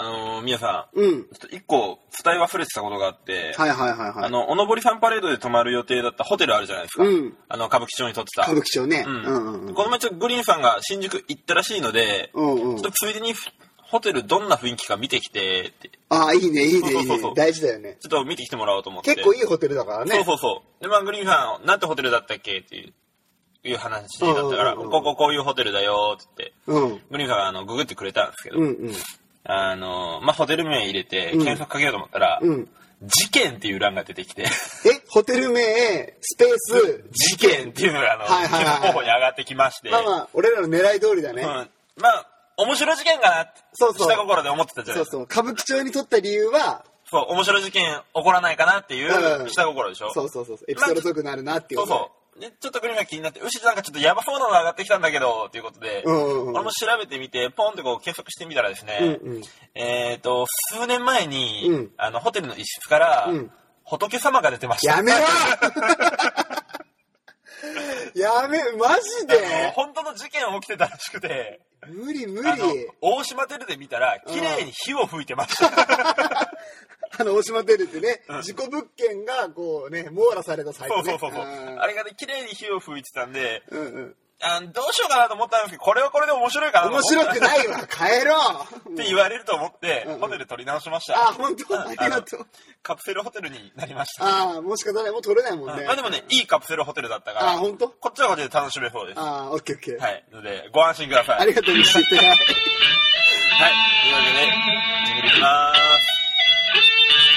の、皆さん、うん。ちょっと一個伝え忘れてたことがあって、はいはいはいはあい。の、おのぼりさんパレードで泊まる予定だったホテルあるじゃないですか。うんあの、歌舞伎町に撮ってた。歌舞伎町ね。ううんんうんうん。この前ちょっとグリーンさんが新宿行ったらしいので、うんうちょっんと。ついでにホテルどんな雰囲気か見てきてって、ああ、いいね、いいね、いいそうそうそうね。大事だよね。ちょっと見てきてもらおうと思って。結構いいいホテルだからそうね。そうそう。で、まあ、グリーンさん、なんてホテルだったっけっていういう話だったから、うんうんこうんこここういうホテルだよって言って、うん。グリーンさんがあのググってくれたんですけど、うんうん。あの、まあ、ホテル名入れてうん検索かけようと思ったら、うん。事件っていう欄が出てきて、え、ホテル名、スペース、 事件っていうのが、あの、はいはいはい候補に上がってきまして、まあまあ、俺らの狙い通りだね。うん、まあ、面白い事件かなって、そうそう下心で思ってたじゃないそですうか。そう。歌舞伎町に取った理由は、そう面白い事件起こらないかなっていうう、ん下心でしょ、そうそうそう。エピソードトークになるなっていうそうことそう。で、ちょっとグリーンが気になって、うし、なんかちょっとやばそうなの上がってきたんだけど、ということで、うんうんうん俺も調べてみて、ポンってこう検索してみたらですね、うんうん。えっ、と、数年前に、うんあの、ホテルの一室から、うん仏様が出てました。 やめろやめ、マジであの本当の事件起きてたらしくて、無理無理。ああのの、大島テルで見たら、綺麗に火を吹いてま した。大島テレってね、事故物件がこうね、網羅されたサイそトうね。そうそうそう。んあれがね、綺麗に火を吹いてたんで、うんうん。あのどうしようかなと思ったんですけど、これはこれで面白いかなと思面って白くないわ、帰ろうって言われると思ってうんう、んホテル取り直しました。あ、本当ありがとあのう。カプセルホテルになりました。ああ、もしかしたらもう取れないもんね。まあでもね、いいカプセルホテルだったかあら、あ、こ本当っちはこっちで楽しめそうです。はああ、オッケーオッケー。い。ので、ご安心ください。ありがとう、 教えて。はい。というわけで、ジングルいきまーす。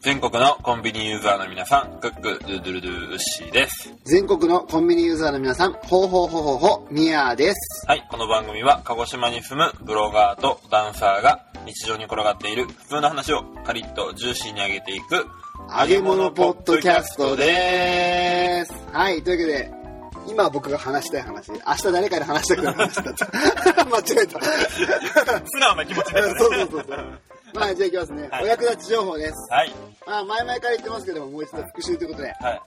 全国のコンビニユーザーの皆さん、クック、ドゥドゥルドゥウッシーです。全国のコンビニユーザーの皆さん、ほうほうほうほうほう、ミヤーです。はい、この番組は鹿児島に住むブロガーとダンサーが日常に転がっている普通の話をカリッとジューシーに上げていく揚げ物ポッドキャストでーす。はい、というわけで、今僕が話したい話、明日誰かに話したくなる話だった。 間違えた。素直な気持ちですね。そうそうそうそう。まあ、じゃあいきますね。はいお役立ち情報です。はい、まあ、前々から言ってますけども、もう一度復習ということで、はい、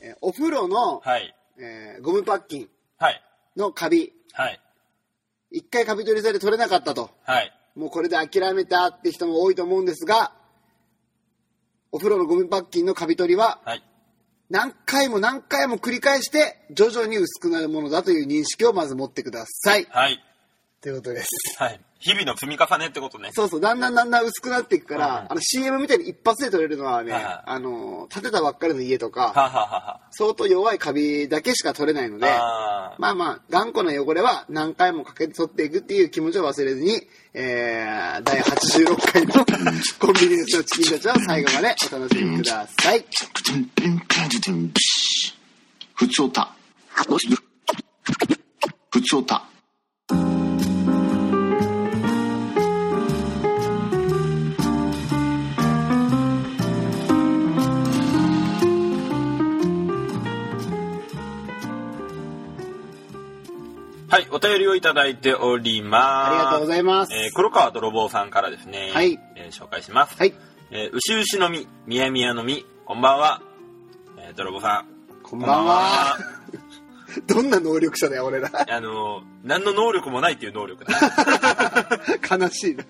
えーお風呂の、はい、えーゴムパッキンはい、のカビ、はい、一回カビ取り剤で取れなかったと。はい。もうこれで諦めたって人も多いと思うんですが、お風呂のゴミパッキンのカビ取りははい、何回も何回も繰り返して徐々に薄くなるものだという認識をまず持ってください。はい、ということです。はい。日々の積み重ねってことね。そうそう、だんだんだんだん薄くなっていくはかいはいら、あの CM みたいに一発で取れるのはね、はいはいあの、建てたばっかりの家とか、はははは相当弱いカビだけしか取れないので、あーまあまあ、頑固な汚れは何回もかけて取っていくっていう気持ちを忘れずに、えー、第86回の コンビニエンスのチキンたちは最後までお楽しみください。ふつおた。ふつおた。はい、お便りをいただいております。ありがとうございます。えー黒川泥棒さんからですね、はいえー紹介します。はい、えー、牛牛の実、みやみやの実、こんばんは。えー、泥棒さん。こんばんは。どんな能力者だよ、俺ら。あのー、何の能力もないっていう能力 だ。悲しいな。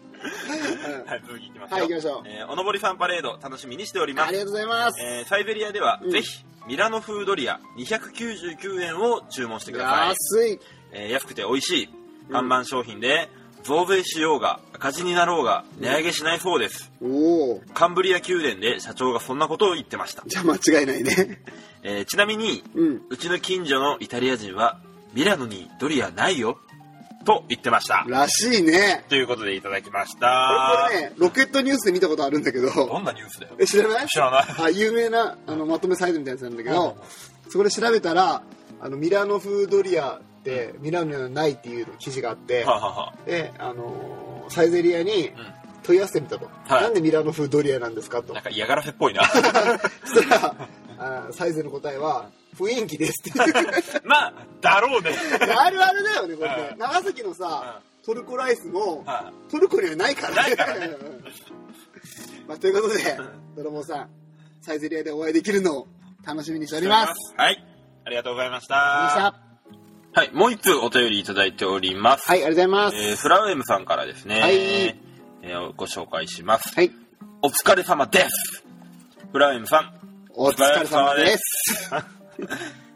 はい、続きいきましょう。はい行きましょうえーおのぼりさんパレード、楽しみにしておりまあすり。がとうございます。えーサイベリアでは、うんぜひ、ミラノ風ドリア299円を注文してください。安い。えー安くて美味しい看板商品で、増税しようが、赤字になろうが、値上げしないそうです。おお。カンブリア宮殿で社長がそんなことを言ってました。じゃあ間違いないね。えーちなみに、うん。うちの近所のイタリア人は、ミラノにドリアないよ、と言ってました。らしいね。ということでいただきましこた。れね、ロケットニュースで見たことあるんだけど、どんなニュースだよ。え知らない知らないあ有名なあのまとめサイトみたいなやつなんだけど、そこで調べたらあのミラノ風ドリアってミラノにはないっていう記事があって、はあはあはあで、あのーサイゼリアに問い合わせてみたと、はいなんでミラノ風ドリアなんですかと なんか嫌がらせっぽいな。そしたらあサイゼの答えは雰囲気ですってまあ、だろうね。あるあるだよねこれねうん長崎のさ、トルコライスも、はトルコにはないからないからねうん まあ、ということで、泥棒さん、サイゼリアでお会いできるのを楽しみにしております。い。はい。ありがとうございましありた。がとうございましはい。もう一通お便りいただいております。たはい、ありがとうございます。えー、フラウエムさんからですね。はいえーご紹介します。はい、お疲れ様です。フラウエムさん、お疲れ様です。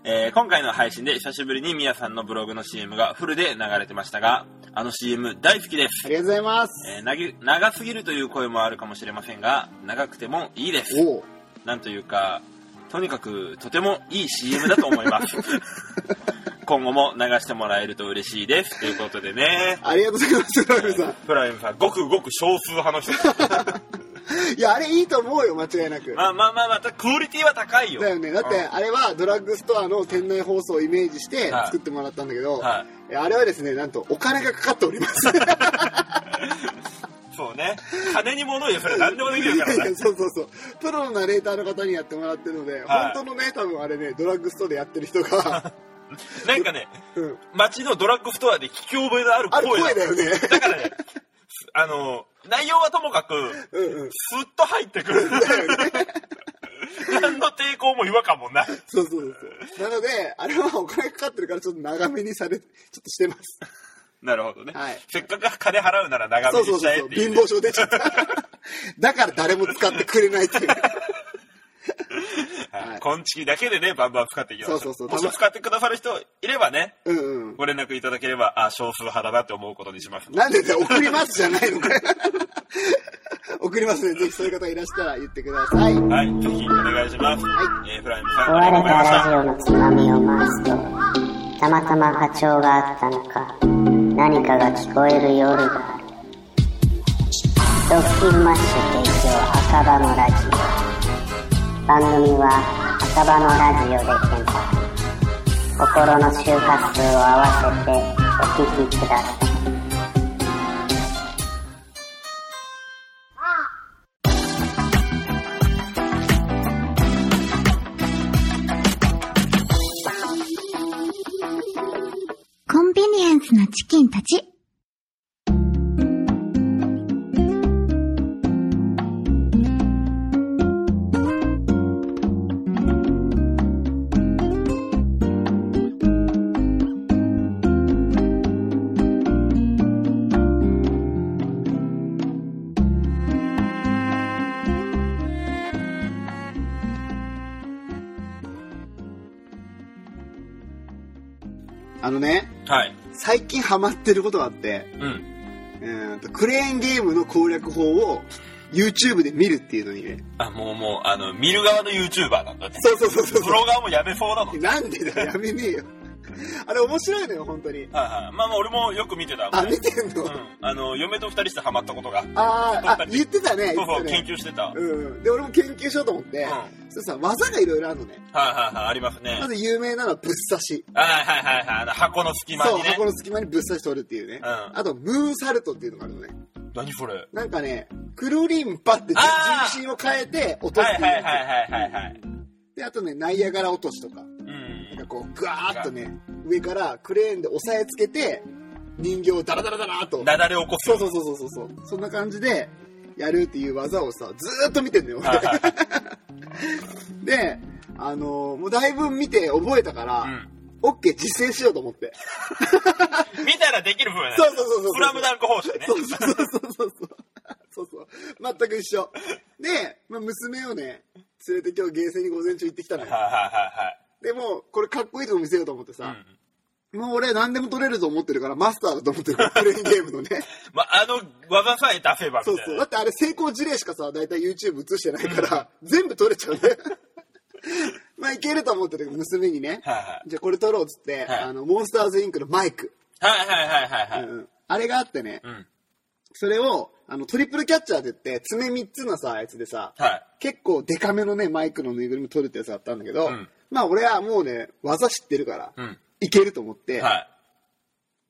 えー今回の配信で久しぶりにミヤさんのブログの CM がフルで流れてましたが、あの CM 大好きです。ありがとうございます。えーなぎ長すぎるという声もあるかもしれませんが、長くてもいいです。おうなんというか、とにかくとてもいい CM だと思い ます。今後も流してもらえると嬉しいです。ということでね。ありがとうございます、フラミさん。プライムさん、ごくごく少数派の人。いや、あれいいと思うよ、間違いな く。まあまあまあ、またクオリティは高いよ。だよね。だって、うんあれはドラッグストアの店内放送をイメージしてはい作ってもらったんだけど、はえあれはですね、なんとお金がかかっております。そうね。金に物言うそれ何でもできるからね。 そうそうそう。プロのナレーターの方にやってもらってるので、はい本当のね、多分あれね、ドラッグストアでやってる人 が、なんかね、うん、街のドラッグストアで聞き覚えのあるある声声だよね。だからね、 あの、内容はともかく、うんうん。スッと入ってくる。何の抵抗も違和感もない。そうそうそう。なので、あれはお金かかってるから、ちょっと長めにされ、ちょっとしてます。なるほどね。はいせっかく金払うなら長そめうそにうしたそういそっう。ていう貧ね、乏症出ちゃった。 だから誰も使ってくれないっていう。はいはい昆虫だけでね、バンバン使っていきます。そうそうそもうし使ってくださる人いればね、うんうん。ご連絡いただければ、あ、少数派だなって思うことにします。なんでだよ送りますじゃないのかよ 送りますね。ぜひそういう方いらしたら言ってください。はい、ぜひお願いします。えーフライムさん、ありがとうご壊れざいたましたラジ。オのつまみを回すとたまたま波長があったのか何かが聞こえる夜があるドッキンマッシュ提供赤羽のラジオ番組は赤羽のラジオで検索心の周波数を合わせてお聞きくださいコンビニエンスなチキンたち。あのね、はい。最近ハマってることがあって、うん。うーんとクレーンゲームの攻略法を YouTube で見るっていうのにね。あ、もうもう、あの、見る側の YouTuber なんだね。そうそうそうそ うブロガーもやめそうなの。はいなんでだよ、やめねえよ。あれ面白いのよ、本当に。はい。まあまあ、俺もよく見てた。あ、見てんの、うあん。あの、嫁と二人してハマったことが。あー、あ、言ってたね、そ言うそう、ってた研ね。究してた。はいうん。で、俺も研究しようと思って、うんそしたら技がいろいろあるのね。はいはい、ありますね。はいまず有名なのはぶっ刺し。はいはいはい。あの箱の隙間そう、にね箱。の隙間にぶっ刺しておるっていうね。んあと、ムーンサルトっていうのがあるのね。何それなんかね、くるりんぱって重あー心を変えて落とすはっいていうはやいつはいはいはいはい。で、あとね、ナイアガラ落としとか。うなんん。かこう、ぐわーっとね、上からクレーンで押さえつけて、人形をダラダラダラーっと。なだれ起こすそう。そうそうそうそう。そんな感じで、やるっていう技をさ、ずーっと見てんのよ、はいはいはい俺。 で、あのーもうだいぶ見て覚えたから、うんオッケー実践しようと思って。見たらできる風やね。そうそうそうそうスラムダンク方式ね。そうそうそうそうそう。そうそう。全く一緒。で、まあ、娘をね、連れて今日ゲーセンに午前中行ってきたのはいよは。いはでも、これかっこいいとこ見せようと思っていはいさ、。もう俺何でも取れると思ってるから、マスターだと思って るから、クレーンゲームのね。うんまあ、あの技さえ出せばみたそいうな。そう。だってあれ成功事例しかさ、だいたい YouTube 映してないから、全部取れちゃうね。 まあいけると思ってるけど、娘にね。はいはじゃあこれ取ろうっつって、はいあの、モンスターズインクのマイク。はいはいはいはいはい。うんあれがあってね、うん。それを、あの、トリプルキャッチャーって言って、爪3つのさ、やつでさ、はい。結構デカめのね、マイクのぬいぐるみ取るってやつだったんだけど、うんまあ俺はもうね、技知ってるから、うん。いけると思って、はい。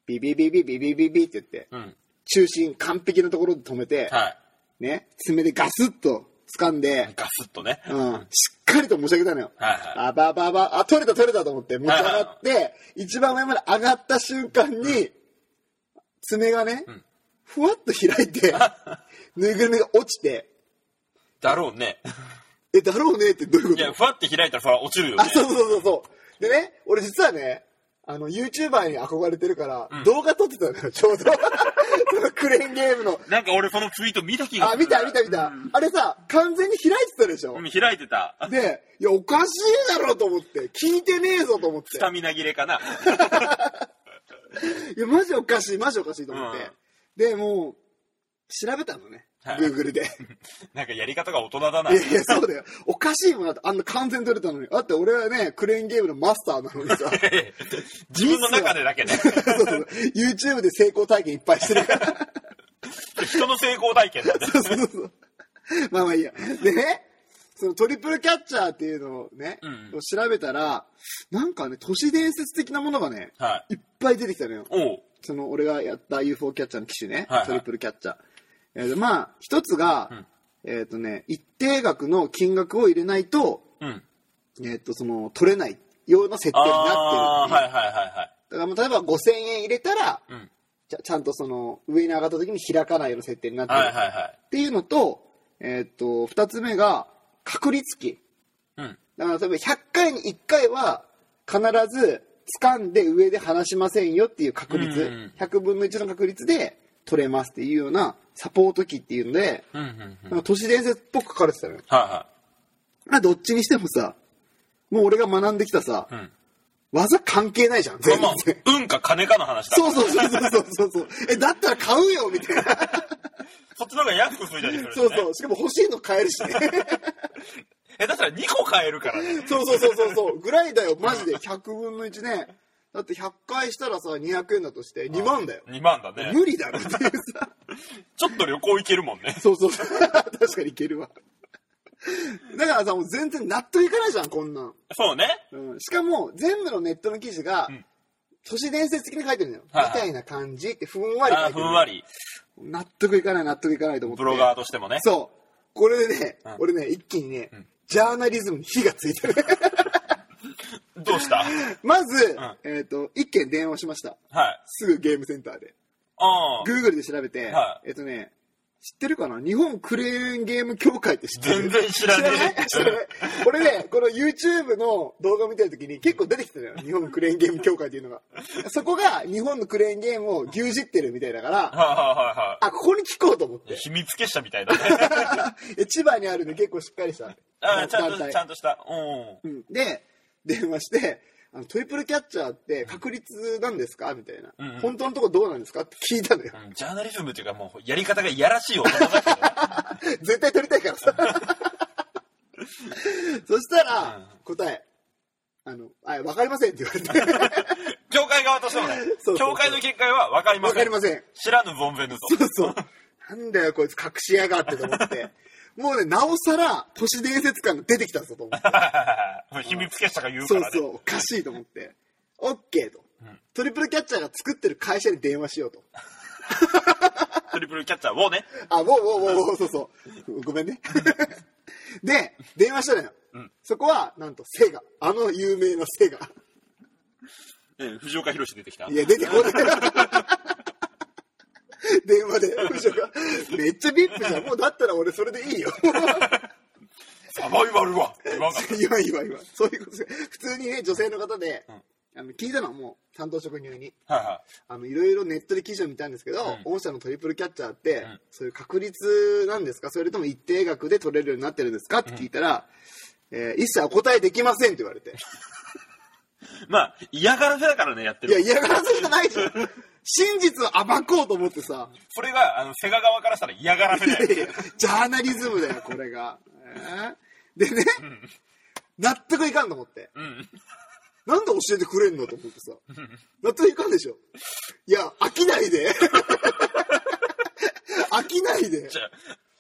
ビビビビビビビビって言って、うん。中心完璧なところで止めて、はい。ね、爪でガスッと掴んで、ガスッとね。うん、しっかりと持ち上げたのよ。はいはいあばばば、あ、取れた取れたと思って持ち上がって、一番上まで上がった瞬間に、爪がね、んふわっと開 いて、ぬいぐるみが落ちて、だろうね。え、だろうねってどういうこいや、とふわって開いたら、そら落ちるよあ、ね。そうそうそうそう。でね、俺実はね、あの、YouTuber に憧れてるから、ん動画撮ってたのよ、ち ょうど。そのクレーンゲームの。なんか俺そのツイート見た気があ、する。見た見た見た。あれさ、完全に開いてたでしょ、うん開いてた。で、いや、おかしいだろと思って、聞いてねえぞと思って。スタミナ切れかな。 いや、マジおかしい、マジおかしいと思って。うんで、もう、調べたのね。はい Google で。なんかやり方が大人だな。いやいや、そうだよ。おかしいもんだって、あんな完全に取れたのに。だって俺はね、クレーンゲームのマスター なのにさ。自分の中でだけね。そうそう YouTube で成功体験いっぱいしてるから。人の成功体験だね。そうそうそう。 まあまあいいや。でね、そのトリプルキャッチャーっていうのをね、うんを調べたら、なんかね、都市伝説的なものがね、はいっぱい出てきたのよ。おう。その俺がやった UFO キャッチャーの機種ね、はいはいトリプルキャッチャー。えーまあ、一つが、んえっ、とね、一定額の金額を入れ ないと、うん。えっ、と、その、取れないような設定になあっあてー、るっていう。はいはいはいはい。だから、まあ、例えば5000円入れたら、うん。ちゃちゃんとその、上に上がった時に開かないような設定になってる。はいはいはっていうのと、えっ、と、二つ目が、確率機。い。うん。だから、例えば100回に1回は、必ず、掴んで上で離しませんよっていう確率、うんうん100分の1の確率で取れますっていうようなサポート機っていうので、うんうんうん。なんか都市伝説っぽく書かれてたのよ。はまあどっちにしてもさ、もう俺が学んできたさ、いはい。うん。技関係ないじゃん、全まあま然あ。、運か金かの話だ。そうそうそうそうそうそう。え、だったら買うよみたいな。そっちの方が安くついたりする、ね。そうそう。。しかも欲しいの買えるしね。え、だったら2個買えるからね。そうそうそうそうそう。ぐらいだよ、マジで。100分の1ね。だって100回したらさ、200円だとして2万だよ。 2万だね。無理だろっていうさ。ちょっと旅行行けるもんね。そうそう。確かにいけるわ。だからさ、もう全然納得いかないじゃん、こんなん。そうね。うん、しかも、全部のネットの記事が、ん都市伝説的に書いてるのよ。はいはいみたいな感じってふんわり書あーいてふるん。わり。納得いかない、納得いかないと思って。ブロガーとしてもね。そう。これでね、ん俺ね、一気にね、ジャーナリズムに火がついてる。どうしたまず、んえっ、と、一件電話しました。はい。すぐゲームセンターで。ああ。 Google で調べて、はえっとね、知ってるかな日本クレーンゲーム協会って知ってる全然知らねえ知らない知らない俺ね、この YouTube の動画見てるときに結構出てきたのよ。日本クレーンゲーム協会っていうのが。そこが日本のクレーンゲームを牛耳ってるみたいだから、はいはいはいはあ、ここに聞こうと思っいいや。て。 秘密結社みたいだね。え千葉にあるね、結構しっかりした。ああ、ちゃん団と、体ちゃんとした。うん。うんで、電話して、あのトリプルキャッチャーって確率なんですかみたいな、うんうん本当のとこどうなんですかって聞いたのよ。うんジャーナリズムっていうかもうやり方がいやらしい大人だ けどね絶対取りたいからさ。 そしたら、うん答え、あの、あ、わかりませんって 言われて、教会側としてもねそうそうそう教会の見解は分かりまわかせりんません。知らぬ存ぜぬとそうそう。なんだよ、こいつ隠しやがってと思って。もうね、なおさら、都市伝説感が出てきたぞと思って。もう 秘密結社が言うかそうらねそう、おかしいと思って。オッケーとん。トリプルキャッチャーが作ってる会社に電話しようと。トリプルキャッチャーをねあ、もうもうもうもう、そうそう。ごめん ね。で、電話したのよ。んそこは、なんと、セガ。あの有名なセガ。うん藤岡弘出てきたいや、出てこない。電話で、藤岡。めっちゃビップじゃん。もうだったら俺それでいいよ。サバイバルは言わんかった今今今。そういうことです普通にね、女性の方で、あの聞いたのはもう、担当職人に。はいはあの、いろいろネットで記事を見たんですけど、うん御社のトリプルキャッチャーって、んそういう確率なんですかそれとも一定額で取れるようになってるんですかって聞いたら、えー一切お答えできませんって言われて。いまあ嫌がらせだからねやっていや、る嫌がらせじゃないじゃん。真実を暴こうと思ってさ、それがあのセガ側からしたら嫌がらせだよいやいや ジャーナリズムだよ、これが。えーでね、納得いかんと思って。うんなんで教えてくれんのと思ってさ。納得いかんでしょ。いや、飽きないで。 飽きないで。じゃ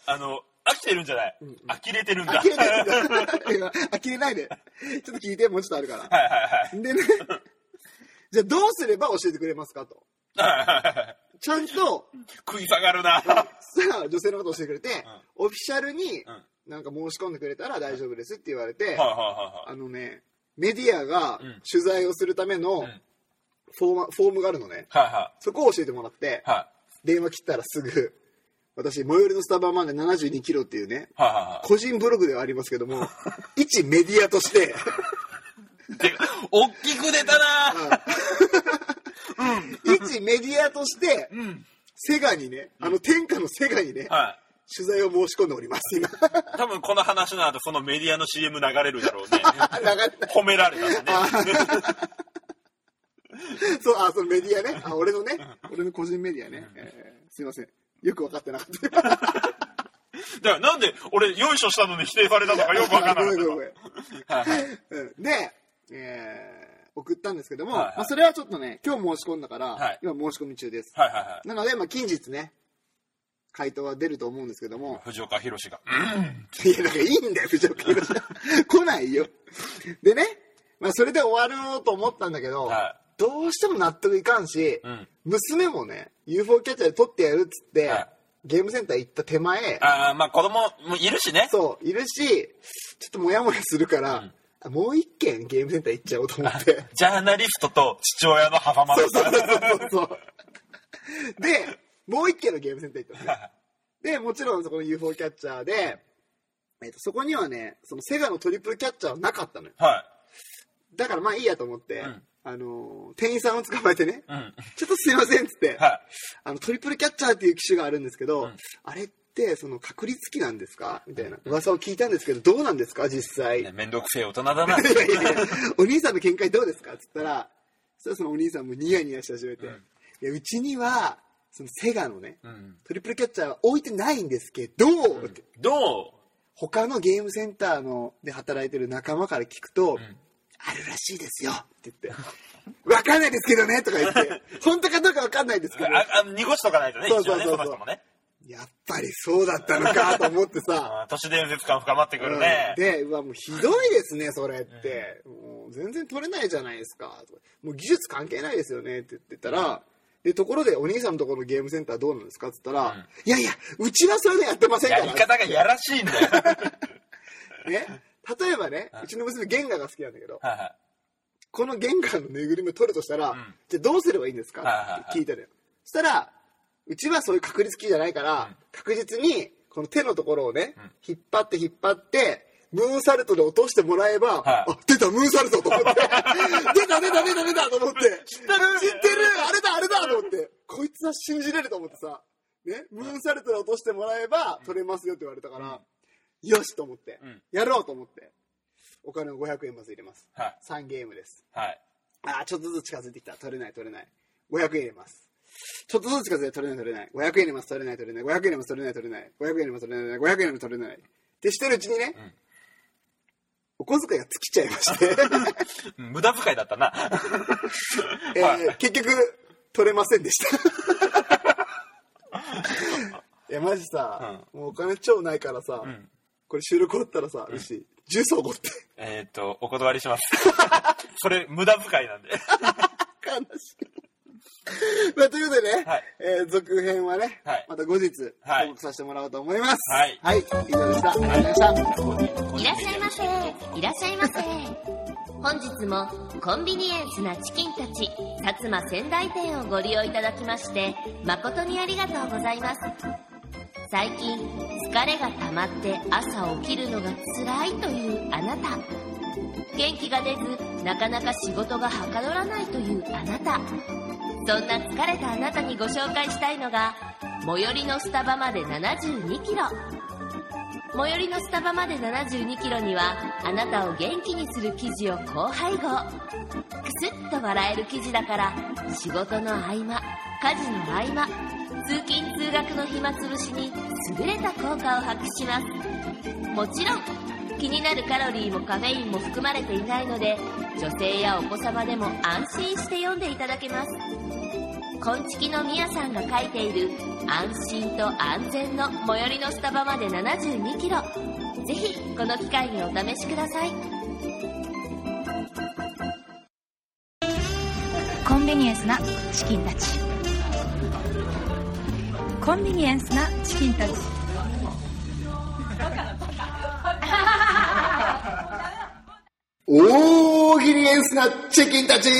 ああの飽きてるんじゃない呆れて るんだ呆れないで。いや呆れないで。ちょっと聞いて、もうちょっとあるから。はいはいでね、じゃあどうすれば教えてくれますかと。はいちゃんと、食い下がるなさあ、女性のこと教えてくれて、オフィシャルにうんなんか申し込んでくれたら大丈夫ですって言われて、はいはいはいはいあのね、メディアがうん取材をするためのんフォーマフォームがあるのね。はいはそこを教えてもらってい。、はい。電話切ったらすぐ、私、最寄りのスタバまで72キロっていうね、はいは個人ブログではありますけ ども、一メディアとして、いはい。で、おっきく出たな一メディアとして、うん。セガにね、あの天下のセガにね、はい。取材を申し込んでおります、今。多分この話の後、そのメディアの CM 流れるだろうね。流れない褒められたしね。そう、あ、そのメディアね。あ、俺のね、俺の個人メディアね。えーすいません。よく分かってなかった。だからなんで俺、よいしょしたのに否定されたのかよくわからなごかめっんごめんごめんたわ。はいはい。うんで、えー送ったんですけども、はいはいまあ、それはちょっとね、今日申し込んだから、はい今申し込み中です。はいはいはい。なので、まあ、近日ね、回答は出ると思うんですけども、藤岡弘が。いや、だからいいんだよ、藤 岡弘来ないよ。でね、まあ、それで終わろうと思ったんだけど、はどうしても納得いかんし、うん娘もね、UFO キャッチャーで撮ってやるっつって、はいゲームセンター行った手前、ああ、まあ子供もいるしね。 そう、いるし、ちょっとモヤモヤするから、もう一軒ゲームセンター行っちゃおうと 思って。ジャーナリストと父親の狭間だったそうそうそう。で、もう一軒のゲームセンター行ったのね。 で、もちろんそこの UFO キャッチャーで、えっと、そこにはね、そのセガのトリプルキャッチャーはなかったのよ。はだからまあいいやと思って、うんあのー店員さんを捕まえてね、い。うん。ちょっとすいませんっつって、はあのトリプルキャッチャーっていう機種があるんですけど、うんあれってその確率機なんですかみたいな噂を聞いたんですけど、どうなんですか実際。い。ねめんどくせえ大人だな。いやいやいやお兄さんの見解どうですか?」っつったらそしたらそのお兄さんもニヤニヤし始めて「うんいやうちにはそのセガのねうん。トリプルキャッチャーは置いてないんですけど」ってど他のゲームセンターので働いてる仲間から聞くと「んあるらしいですよ」って言って「分かんないですけどね」とか言 って「本当かどうか分かんないですうけど」あ、あ濁しとかないとね、そう一そう応ね、そうそそうの人もね。やっぱりそうだったのかと思ってさ あー都市伝説感深まってくるうんね。で、うわ、もうひどいですね、それって。もう全然取れないじゃないですか。とかもう技術関係ないですよねって言ってたら、で、ところで、お兄さんのところのゲームセンターどうなんですかって言ったら、うんいやいや、うちはそういうのやってませんかやら。り方がやらしいんだよ。ね。例えばね、うちの娘、ゲンガが好きなんだけど、はいはい。このゲンガのぬいぐるみを取るとしたら、んじゃあどうすればいいんですかはいはいはいって聞いたのよ。そしたら、うちはそういう確率キーじゃないから、確実にこの手のところをね、引っ張って引っ張って、ムーンサルトで落としてもらえば、はいあ、出た、ムーンサルトと思って、 出た、出た、出た、出たと思って、知ってる知ってるあれだ、あれだと思って、こいつは信じれると思ってさ、ね、ムーンサルトで落としてもらえば取れますよって言われたから、よしと思って、うんやろうと思って、お金を500円まず入れます。はい。 3ゲームです。はい。あーちょっとずつ近づいてきた。取れない、取れない。500円入れます。ちょっとずつ近づいて取れない、取れない。500円入れます、取れない、取れない。500円入れます、取れない、取れない。500円入れます、取れない、500円入れます、取れない。ってしてるうちにね、んお小遣いが尽きちゃいまして、うん無駄遣いだったな。えーは結局、取れませんでした。いや、マジさ、もうお金超ないからさ、んこれ収録終わったらさ、うち、ジュースおごって。えっと、お断りします。それ、無駄遣いなんで。悲しい。 まあ、ということでね、はいえー続編はね、はいまた後日、はい報告させてもらおうと思います。はい以上でした。ありがとうございました。いらっしゃいませ。いらっしゃいませ。本日もコンビニエンスなチキンたち薩摩仙台店をご利用いただきまして誠にありがとうございます。最近疲れが溜まって朝起きるのが辛いというあなた。元気が出ずなかなか仕事がはかどらないというあなた。そんな疲れたあなたにご紹介したいのが最寄りのスタバまで72キロ。最寄りのスタバまで7 2キロにはあなたを元気にする生地を高配合くすっと笑える生地だから仕事の合間家事の合間通勤通学の暇つぶしに優れた効果を発揮しますもちろん気になるカロリーもカフェインも含まれていないので女性やお子様でも安心して読んでいただけます昆虫のみやさんが書いている安心と安全の最寄りのスタバまで7 2キロぜひこの機会にお試しくださいコンビニエンスなチキンたちコンビニエンスなチキンたち大喜利エンスなチキンたち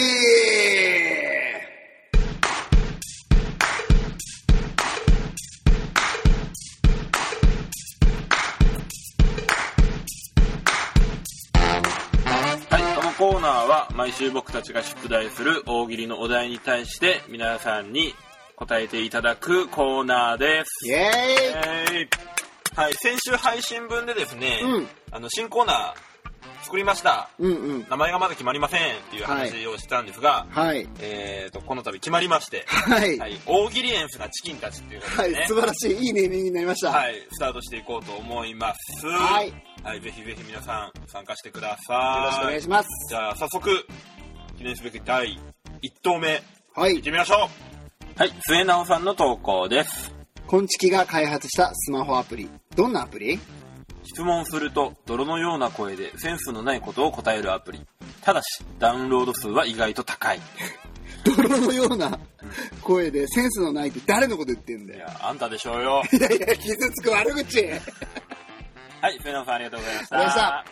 ーナーは毎週僕たちが出題する大喜利のお題に対して皆さんに答えていただくコーナーです。イエーイえーはい、先週配信分でですね、うんあの新コーナー作りましたうんうん。名前がまだ決まりませんっていう話をしたんですが、はい。えー、とこの度決まりまして、はい。ははい。い、大喜利エンスなチキンたちっていうことでね、素晴らしい。いいネーミングになりました。はい、スタートしていこうと思います。はい。はい、ぜひぜひ皆さん参加してくだよろしくおさい。願いします。じゃあ早速、記念すべき第1投目、はいいって。みましょうはい、末直さんの投稿です。こんちきが開発したスマホアプリ。どんなアプリ質問すると、泥のような声でセンスのないことを答えるアプリ。ただし、ダウンロード数は意外と高い。い泥のような声でセンスのないって誰のこと言ってんだよ。や、あんたでしょうよ。いやいや、傷つく悪口。はい、末直さんありがとうございました。ありがとうござ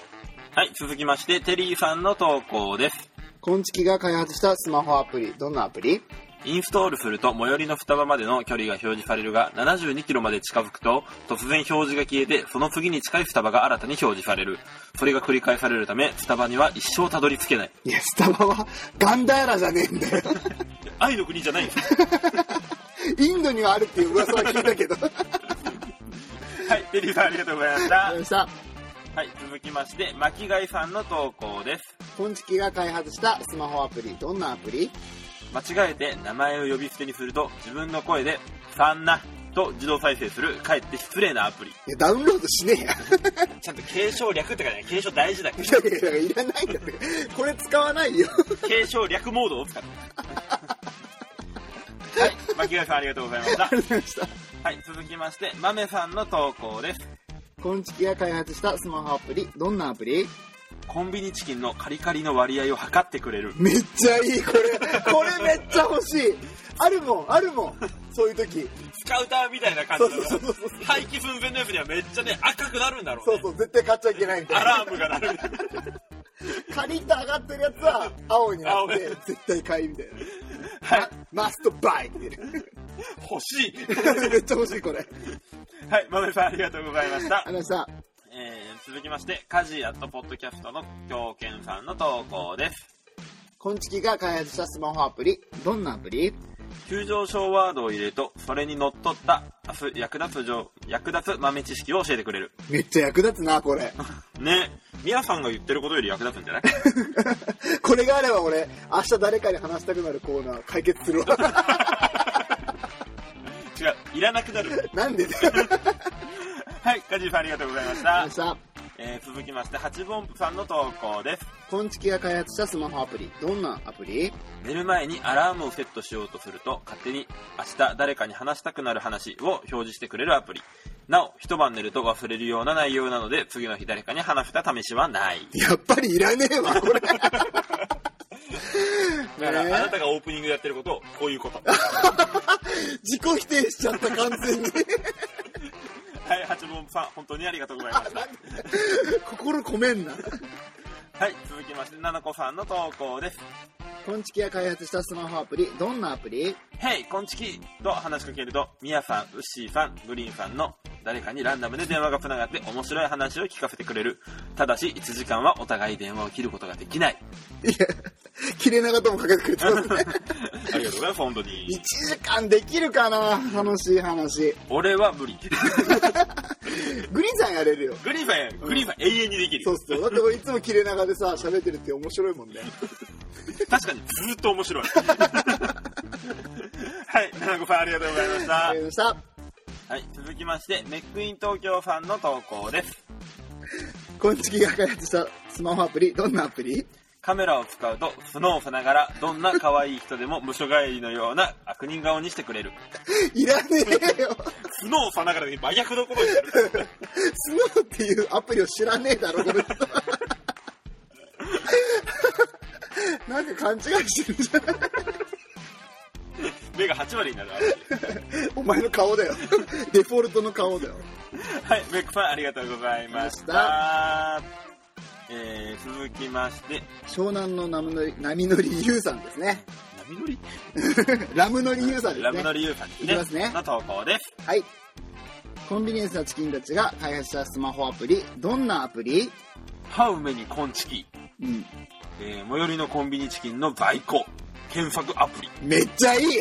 いはい、続きまして、テリーさんの投稿です。こんちきが開発したスマホアプリ。どんなアプリインストールすると最寄りの双葉までの距離が表示されるが72キロまで近づくと突然表示が消えてその次に近い双葉が新たに表示されるそれが繰り返されるため双葉には一生たどり着けないいや、スタバはガンダーラじゃねえんだよ。愛の国じゃないんですインドにはあるっていう噂は聞いたけど。はいテリーさんありがとうございましたさあはい続きまして巻貝さんの投稿ですこんちきが開発したスマホアプリ。どんなアプリ間違えて名前を呼び捨てにすると自分の声で「さんな」と自動再生するかえって失礼なアプリいや、ダウンロードしねえや。ちゃんと継承略ってかね継承大事だけいやいやいや、いらないんだって。これ使わないよ。継承略モードを使ってはい巻貝さんありがとうございましたありがとうございました。はい続きましてまめさんの投稿ですこんちきが開発したスマホアプリ。どんなアプリコンビニチキンのカリカリの割合を測ってくれるめっちゃいい、これ。これめっちゃ欲しい。あるもん、あるもん。そういう時。スカウターみたいな感そうじそうだかそうそう。ら廃棄寸前のやつにはめっちゃね赤くなるんだろうそうねそう、絶対買っちゃいけないんでア。ラームが鳴る カリッと上がってるやつは青になって青、絶対買いみたいな。はいマストバイって出る。欲しい めっちゃ欲しい、これ。はいまめさんありがとうございましたあ、のさ、えー、続きましてカジアットポッドキャストの狂犬さんの投稿ですこんちきが開発したスマホアプリ。どんなアプリ急上昇ワードを入れるとそれにのっとった明日役立つ情役立つ豆知識を教えてくれるめっちゃ役立つな、これ。 ねみやさんが言ってることより役立つんじゃない これがあれば俺、明日誰かに話したくなるコーナー解決するわ。 違ういらなくなるなんでだよ。はいカジーさんありがとうございましあたの、さ、えー続きまして八分音符さんの投稿ですこんちきが開発したスマホアプリ。どんなアプリ寝る前にアラームをセットしようとすると勝手に明日誰かに話したくなる話を表示してくれるアプリなお一晩寝ると忘れるような内容なので次の日誰かに話した試しはないやっぱりいらねえわ、これ。だから、 ねえあ なたがオープニングでやってることをこういうこと自己否定しちゃった、完全に。はい八分音符さん本当にありがとうございました心込めんな。はい、続きまして、ななこさんの投稿です。こんちきが開発したスマホアプリ。どんなアプリヘイ、こんちきと話しかけると、みやさん、ウッシーさん、グリーンさんの誰かにランダムで電話が繋がって面白い話を聞かせてくれる。ただし、1時間はお互い電話を切ることができない。いや、切れ長ともかけてくれてます ね。ありがとうございます、本当に1。時間できるかな楽しい話。俺は無理。 グリーンさんやれるよ。グリーンさんや、グリーンさん永遠にできる。そうっすよ。だって俺いつも切れ長でさ、喋ってるって面白いもんね。確かにずっと面白い。 はい、ななこさんありがとうございました。ありがとうございました。はい、続きまして、メックイン東京さんの投稿です。こんちきが開発したスマホアプリ。どんなアプリカメラを使うとスノーさながらどんな可愛い人でも無所帰りのような悪人顔にしてくれるいらねえよ。スノーさながらで真逆のことにしてるスノーっていうアプリを知らねえだろ、 この人。なんか勘違いしてるじゃん。目が8割になる お前の顔だよ。デフォルトの顔だよ。はいメックさんありがとうございましたえー、続きまして湘南の波乗り、波乗りゆうさんですね。 波乗りラム乗りゆうさんですね。ラム乗りゆうさんですねいきますねの投稿ですはい。コンビニエンスなチキンたちが開発したスマホアプリ。どんなアプリ「ハウメにコンチキうん。えー最寄りのコンビニチキンの在庫検索アプリめっちゃいい めっ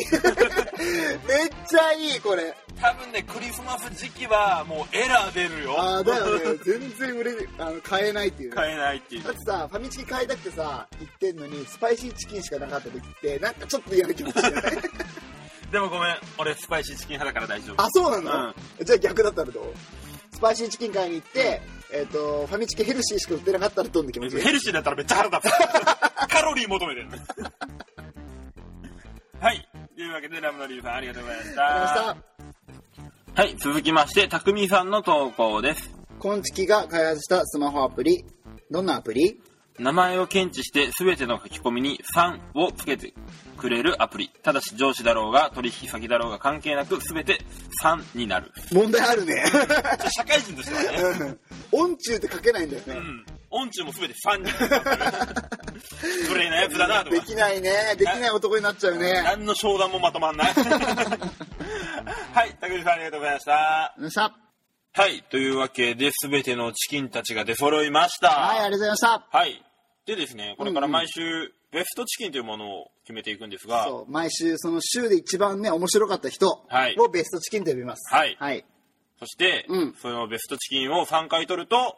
ちゃいい、これ。多分ねクリスマス時期はもうエラー出るよああ、だよね。全然売れる、あの、買えないっていう、ね。買えないっていうだってさ、ファミチキ買いたくてさ、行ってんのに、スパイシーチキンしかなかった時って、なんかちょっと嫌な気持ちだよね。でもごめん俺スパイシーチキン派だから大丈夫あ、そうなの、じゃあ逆だったらどうスパイシーチキン買いに行って、えっ、と、ファミチキヘルシーしか売ってなかったらどんな気持ちヘルシーだったらめっちゃ腹 立つカロリー求めてる はいというわけでラムのリーファンありがとうございましたあのさ、はい続きましてたくみさんの投稿ですコンチキが開発したスマホアプリ。どんなアプリ名前を検知して全ての書き込みに「3」をつけてくれるアプリただし上司だろうが取引先だろうが関係なく全て「3」になる問題あるね。社会人としてはね音中って書けないんだよね。うん音中も全て「3」にな る無礼なやつだなとでかきないね。できない男になっちゃうね。何の商談もまとまん ないはいたくみさんありがとうございましたよっしゃ。はいというわけで全てのチキンたちが出揃いましたはい、ありがとうございました。はい。でですね、これから毎週、ベストチキンというものを決めていくんですが、そう毎週その週で一番ね面白かった人はいをベストチキンと呼びますはいはい、そして、うんそのベストチキンを3回取ると、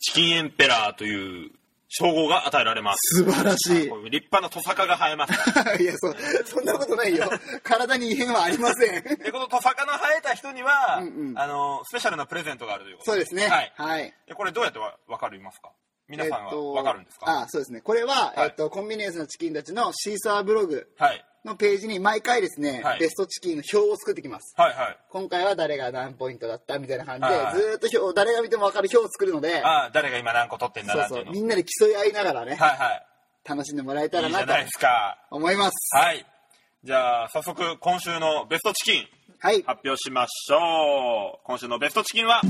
チキンエンペラーという称号が与えられます。素晴らしこういう立派なトサカが生えます。 いいやそそんなことないよ体に異変はありませんで、このトサカの生えた人には、うんうんあの、スペシャルなプレゼントがあるということそうですねはい。はいでこれどうやってわわかりますか皆さんえっはとわかるんですか、あそうですねこれは、はいえっと、コンビニエンスのチキンたちのシーサーブログはい。のページに毎回ですね、はいベストチキンの表を作ってきますはいはい。今回は誰が何ポイントだったみたいな感じで、はいずーっと表を誰が見ても分かる表を作るのでああ、誰が今何個取ってんだそなうっていそううの。みんなで競い合いながらね、はいはい。楽しんでもらえたいらいじゃなとないですか。思いますはい。じゃあ、早速、今週のベストチキン、はい発表しましょう。今週のベストチキンは、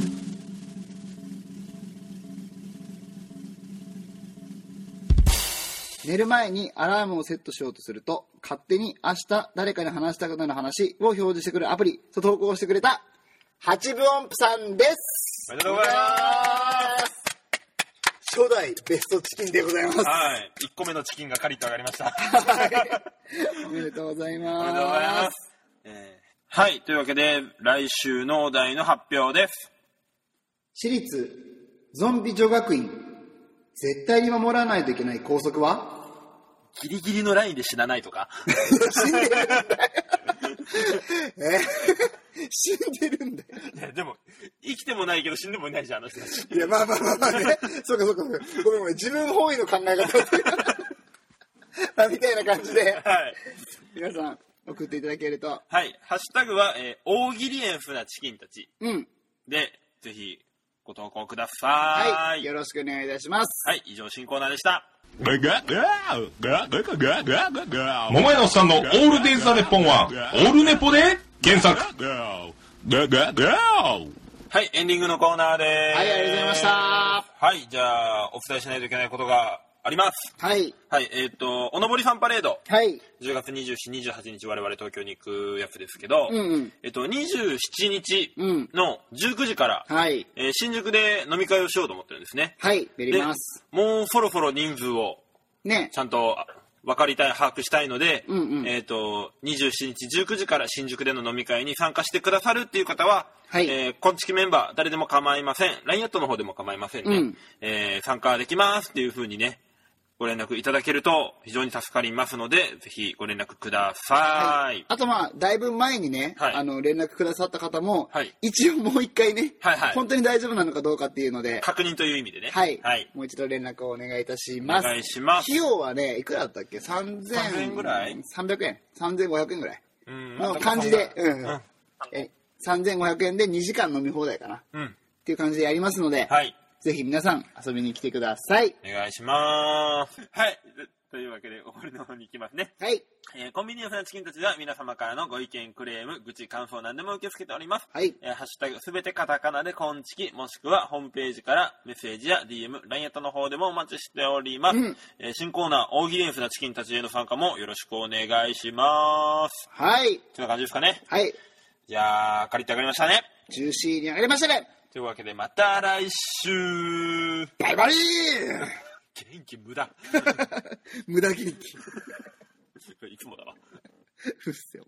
寝る前にアラームをセットしようとすると勝手に明日誰かに話したことの話を表示してくるアプリと投稿してくれた八分音符さんですおめでとうございますす初代ベストチキンでございますはい。1個目のチキンがカリッと上がりま した。おめでとうございおますめでとうございます。えーはい。というわけで、来週のお題の発表です。私立ゾンビ女学院絶対に守らないといけない校則はギリギリのラインで死なないと か。死んでるんだよえ 死んでるんだよねでも、生きてもないけど死んでもいないじゃん、あの人たち。いや、まあまあまあまあね。そうかそうかそうか。ごめんごめん。自分本位の考え方だ った。あみたいな感じで、はい。皆さん、送っていただけると。はい。ハッシュタグは、えー大喜利エンフなチキンたち。うん。で、ぜひ、ご投稿くだはさい。い。よろしくお願いいたします。はい、以上、新コーナーでした。桃屋のおっさんのオールデイズ・ザ・ネッポンは、オールネポで検索。はい、エンディングのコーナーです。はい、ありがとうございました。はい、じゃあ、お伝えしないといけないことがあります。はい。はい、えっ、と、おのぼりさんパレード、はい。 10月27、28日、我々東京に行くやつですけど、うんうんえっと、27日うんの19時から、はい。えー新宿で飲み会をしようと思ってるんですね。はい。やりでます。もうそろそろ人数をねち。ゃんとあ分かりたい、把握したいので、うんうんえっ、と、27日19時から新宿での飲み会に参加してくださるっていう方は、はいえー、こんちきメンバー、誰でも構いません。LINE アットの方でも構いませんね。うんえー参加できますっていうふうにね、ご連絡いただけると非常に助かりますので、ぜひご連絡ください。あとまあ、だいぶ前にね、はいあの、連絡くださった方も、はい一応もう一回ね、はいはい本当に大丈夫なのかどうかっていうので、確認という意味でね。はい、はい。もう一度連絡をお願いいたしおます。願いします。費用はね、いくらだったっけ ?3000 3000円ぐらい ?300 円。3500円ぐらい。うんの感じで、うん。うんえ3500円で2時間飲み放題かな。っうん。ていう感じでやりますので、はい。ぜひ皆さん遊びに来てください。お願いします。はい。というわけで、終わりの方に行きますね。はい。えーコンビニエンスなチキンたちでは皆様からのご意見、クレーム、愚痴、感想何でも受け付けております。はいえーハッシュタグすべてカタカナでコンチキ、もしくはホームページからメッセージや DM、LINE アットの方でもお待ちしております。うんえー新コーナー、大喜利エンスなチキンたちへの参加もよろしくお願いします。はい。そんな感じですかね。はい。じゃあ、借りて上がりましたね。ジューシーに上がりましたね。というわけで、また来週バイバイ元気無駄。 無駄元気。いつもだわ。うっせよ。